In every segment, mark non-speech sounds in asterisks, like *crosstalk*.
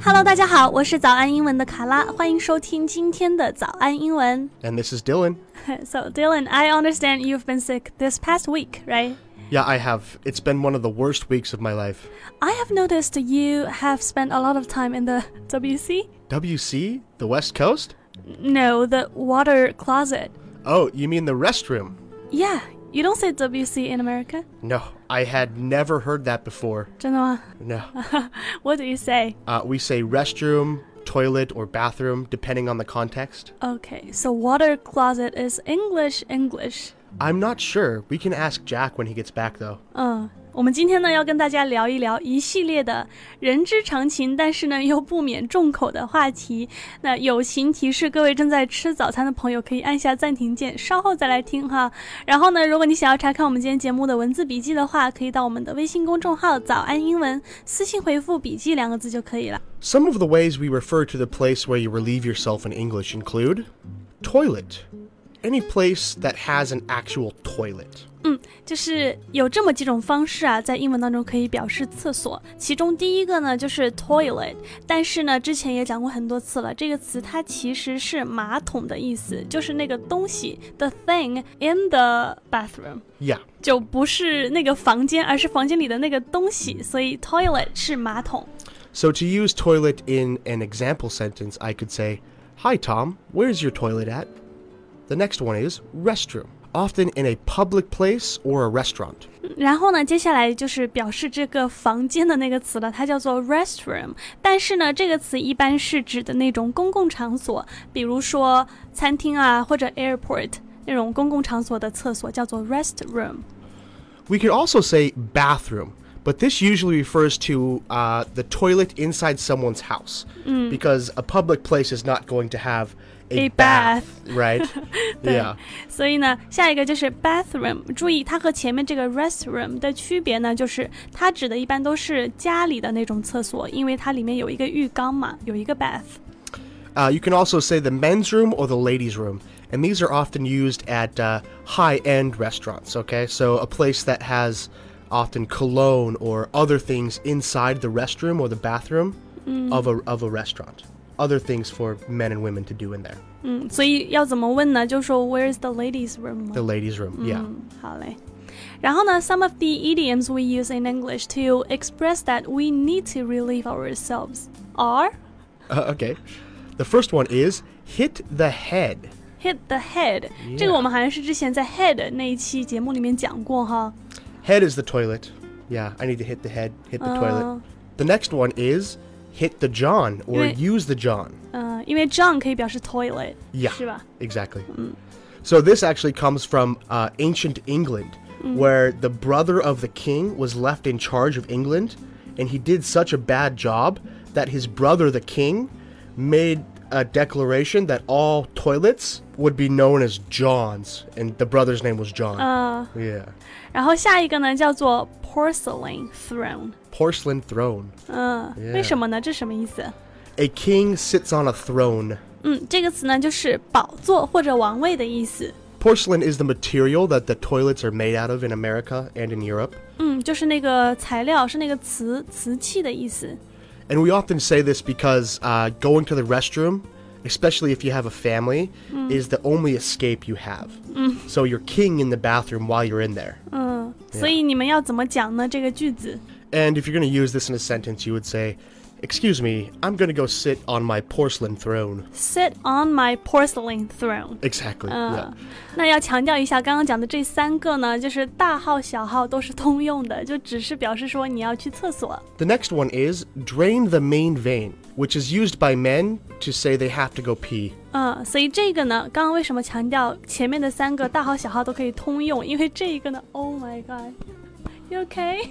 Hello，大家好，我是早安英文的卡拉，欢迎收听今天的早安英文。 *laughs* And this is Dylan. So Dylan, I understand you've been sick this past week, right? Yeah, I have. It's been one of the worst weeks of my life. I have noticed you have spent a lot of time in the WC. WC? The West Coast? No, the water closet. Oh, you mean the restroom? Yeah, you don't say WC in America. No, I had never heard that before. 真的吗 No. *laughs* ？What do you say? Uh, we say restroom, toilet, or bathroom, depending on the context. Okay, so water closet is English English. I'm not sure. We can ask Jack when he gets back, though. 嗯，我们今天呢要跟大家聊一聊一系列的人之常情，但是呢又不免重口的话题。那友情提示，各位正在吃早餐的朋友可以按下暂停键，稍后再来听哈。然后呢，如果你想要查看我们今天节目的文字笔记的话，可以到我们的微信公众号“早安英文”私信回复“笔记”两个字就可以了。 Some of the ways we refer to the place where you relieve yourself in English include toilet. Any place that has an actual toilet. 就是有这么几种方式啊，在英文当中可以表示厕所。其中第一个呢就是 toilet，但是呢之前也讲过很多次了，这个词它其实是马桶的意思，就是那个东西 the thing in the bathroom， Yeah. 就不是那个房间，而是房间里的那个东西，所以 toilet 是马桶。 So to use toilet in an example sentence, I could say, Hi Tom, where's your toilet at? The next one is restroom, often in a public place or a restaurant. 然后呢，接下来就是表示这个房间的那个词了，它叫做 restroom。但是呢，这个词一般是指的那种公共场所，比如说餐厅啊，或者 airport 那种公共场所的厕所叫做 restroom。 We could also say bathroom, but this usually refers to uh, the toilet inside someone's house because a public place is not going to have a, A bath. right? yeah. 所以呢，下一个就是 bathroom。注意，它和前面这个 restroom 的区别呢，就是它指的一般都是家里的那种厕所，因为它里面有一个浴缸嘛，有一个 bath。 Uh, you can also say the men's room or the ladies' room, and these are often used at uh, high-end restaurants. Okay, so a place that has often cologne or other things inside the restroom or the bathroom of a of a restaurant. Other things for men and women to do in there. 嗯，所以要怎么问呢？就说 Where's the ladies' room？吗 The ladies' room. Yeah. 好嘞。然后呢，some of the idioms we use in English to express that we need to relieve ourselves are *laughs* Uh, okay. The first one is hit the head. hit the head。这个我们好像是之前在 head 那一期节目里面讲过哈。 Head is the toilet. Yeah, I need to hit the head. Hit the Oh. toilet. The next one is hit the john or Wait. use the john. 嗯、因为 John 可以表示 toilet， Yeah. 是吧？ Exactly. So this actually comes from uh, ancient England, where the brother of the king was left in charge of England, and he did such a bad job that his brother, the king, made a declaration that all toilets would be known as John's, and the brother's name was John. yeah. 然后下一个呢叫做 porcelain throne， Porcelain throne. 嗯、为什么呢？这什么意思？ A king sits on a throne. 嗯，这个词呢就是宝座或者王位的意思。 Porcelain is the material that the toilets are made out of in America and in Europe. 嗯，就是那个材料是那个瓷瓷器的意思。 And we often say this because uh, going to the restroom, especially if you have a family, is the only escape you have. So you're king in the bathroom while you're in there. 嗯，所以你们要怎么讲呢？这个句子， And if you're going to use this in a sentence, you would say, Excuse me, I'm going to go sit on my porcelain throne. sit on my porcelain throne。呃 Exactly. Uh. yeah. 那要强调一下，刚刚讲的这三个呢，就是大号、小号都是通用的，就只是表示说你要去厕所。 The next one is drain the main vein, which is used by men to say they have to go pee. 嗯，所以这个呢，刚刚为什么强调前面的三个大号、小号都可以通用？因为这一个呢，Oh my god，you okay？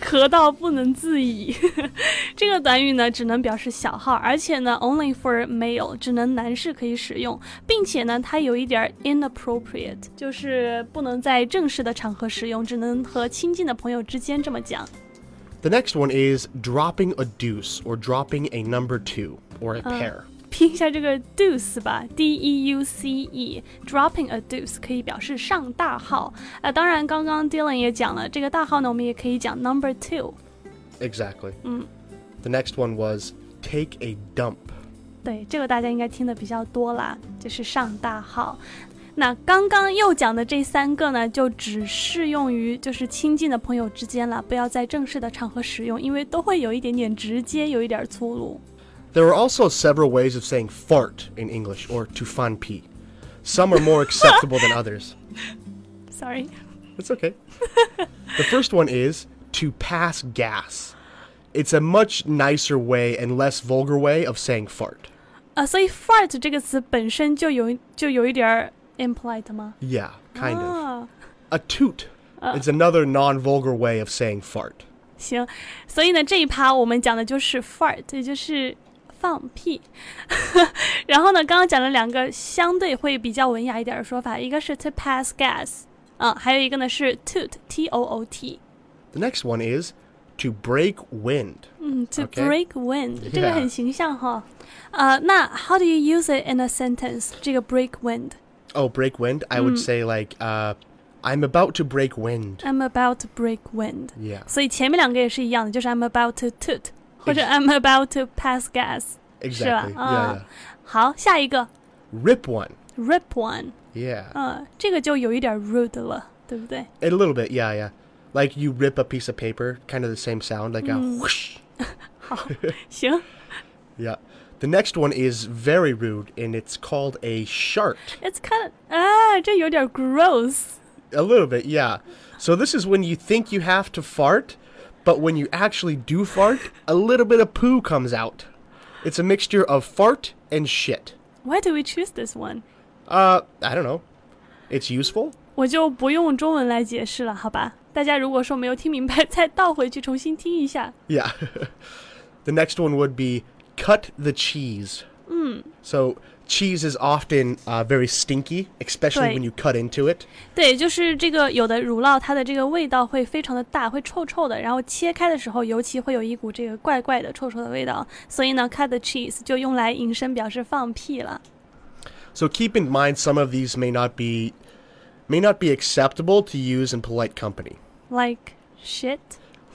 咳到不能自已， *laughs* 这个短语呢只能表示小号，而且呢 only for male，只能男士可以使用，并且呢它有一点儿 inappropriate，就是不能在正式的场合使用，只能和亲近的朋友之间这么讲。 The next one is dropping a deuce or dropping a number two or a pair. 拼一下这个 deuce 吧，d e u c e，dropping a deuce 可以表示上大号。呃，当然，刚刚 Dylan 也讲了，这个大号呢，我们也可以讲 number two。 Exactly. The next one was take a dump. 对，这个大家应该听的比较多啦，就是上大号。那刚刚又讲的这三个呢，就只适用于就是亲近的朋友之间了，不要在正式的场合使用，因为都会有一点点直接，有一点粗鲁。 There are also several ways of saying fart in English or to fan pee. Some are more acceptable than others. Sorry， It's okay. the first one is to pass gas. It's a much nicer way and less vulgar way of saying fart. 呃，所以 fart 这个词本身就有就有一点儿 impolite 吗？ Yeah, kind of. 啊， A toot is another non vulgar way of saying fart. 行，所以呢这一趴我们讲的就是 fart，也就是放屁。 *laughs* 然后呢，刚刚讲了两个相对会比较文雅一点的说法，一个是 to pass gas，嗯，还有一个呢是 toot t o o t， The next one is to break wind. 嗯，to Okay. break wind，、这个很形象哈。呃，那 how do you use it in a sentence？这个 break wind，I'm Oh, break wind? I would say, like, uh, I'm about to break Uh, wind. about to break wind。 Yeah, 所以前面两个也是一样的，就是 I'm about to toot，或者 I'm about to pass gas。 exactly. Yeah, 啊 yeah. 好，下一个 Rip one. rip one。 Yeah. 嗯，这个就有一点 rude 了，对不对？ A little bit, yeah, yeah. Like you rip a piece of paper, kind of the same sound, like a whoosh. 行， Yeah. The next one is very rude, and it's called a shart. it's kind of 啊，这有点 gross。 A little bit, yeah. So this is when you think you have to fart, but when you actually do fart, a little bit of poo comes out. It's a mixture of fart and shit. Why do we choose this one？ Uh, I don't know. It's useful. 我就不用中文来解释了，好吧？大家如果说没有听明白，再倒回去重新听一下。 Yeah. *laughs* the next one would be cut the cheese. So cheese is often uh, very stinky, especially Right. when you cut into it. 对，就是这个有的乳酪，它的这个味道会非常的大，会臭臭的，然后切开的时候，尤其会有一股这个怪怪的臭臭的味道。所以呢，cut the cheese 就用来引申表示放屁了。 So keep in mind some of these may not be may not be acceptable to use in polite company. Like shit，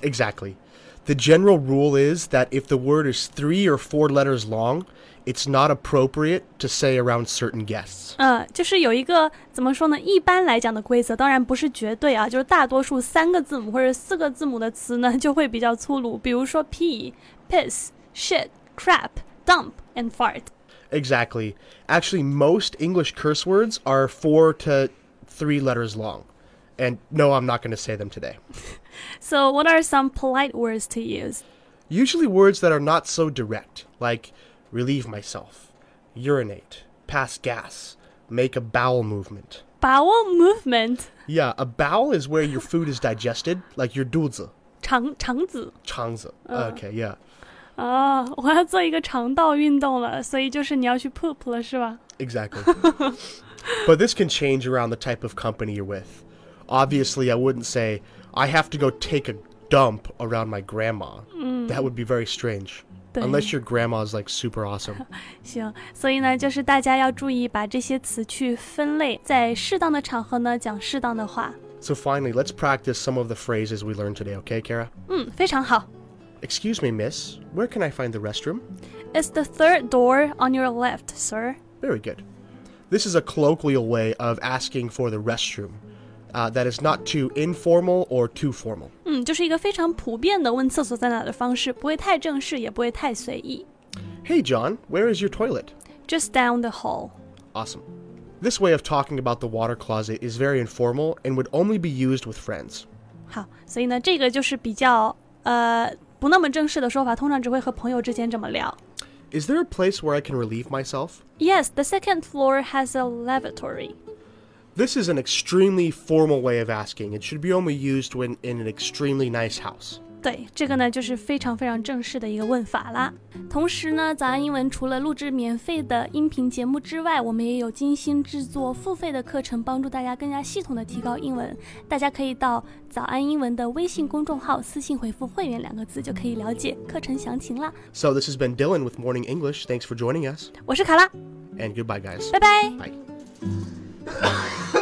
Exactly. The general rule is that if the word is 3 or 4 letters long, it's not appropriate to say around certain guests. 嗯，就是有一个怎么说呢？一般来讲的规则，当然不是绝对啊，就是大多数三个字母或者四个字母的词呢，就会比较粗鲁，比如说 pee、piss、shit、crap、dump and fart。 Exactly. Actually, most English curse words are 4 to 3 letters long. And no, I'm not going to say them today. So what are some polite words to use? Usually words that are not so direct, like relieve myself, urinate, pass gas, make a bowel movement. Bowel movement， Yeah, a bowel is where your food is digested, like your 肚子,肠肠子肠子. Okay, yeah. 啊，我要做一个肠道运动了，所以就是你要去 poop 了，是吧？ Exactly. but this can change around the type of company you're with. Obviously, I wouldn't say, I have to go take a dump around my grandma. That would be very strange. Dang. Unless your grandma's like super awesome. 行，所以呢，就是大家要注意把这些词去分类，在适当的场合呢讲适当的话。 so, finally, let's practice some of the phrases we learned today, okay, Kara? 嗯，非常好。 Excuse me, miss, where can I find the restroom? It's the third door on your left, sir. Very good. This is a colloquial way of asking for the restroom uh, that is not too informal or too formal. 嗯，就是一个非常普遍的问厕所在哪的方式，不会太正式，也不会太随意。 Hey, John, where is your toilet? Just down the hall. Awesome. This way of talking about the water closet is very informal and would only be used with friends. 好，所以呢，这个就是比较呃不那么正式的说法，通常只会和朋友之间这么聊。 Is there a place where I can relieve myself? Yes, the second floor has a lavatory. This is an extremely formal way of asking. It should be only used when in an extremely nice house. 对，这个呢就是非常非常正式的一个问法啦。同时呢，早安英文除了录制免费的音频节目之外，我们也有精心制作付费的课程，帮助大家更加系统的提高英文。大家可以到早安英文的微信公众号私信回复“会员”两个字，就可以了解课程详情啦。 So this has been Dylan with Morning English. Thanks for joining us, 我是卡拉， and goodbye, guys. 拜拜。 Bye.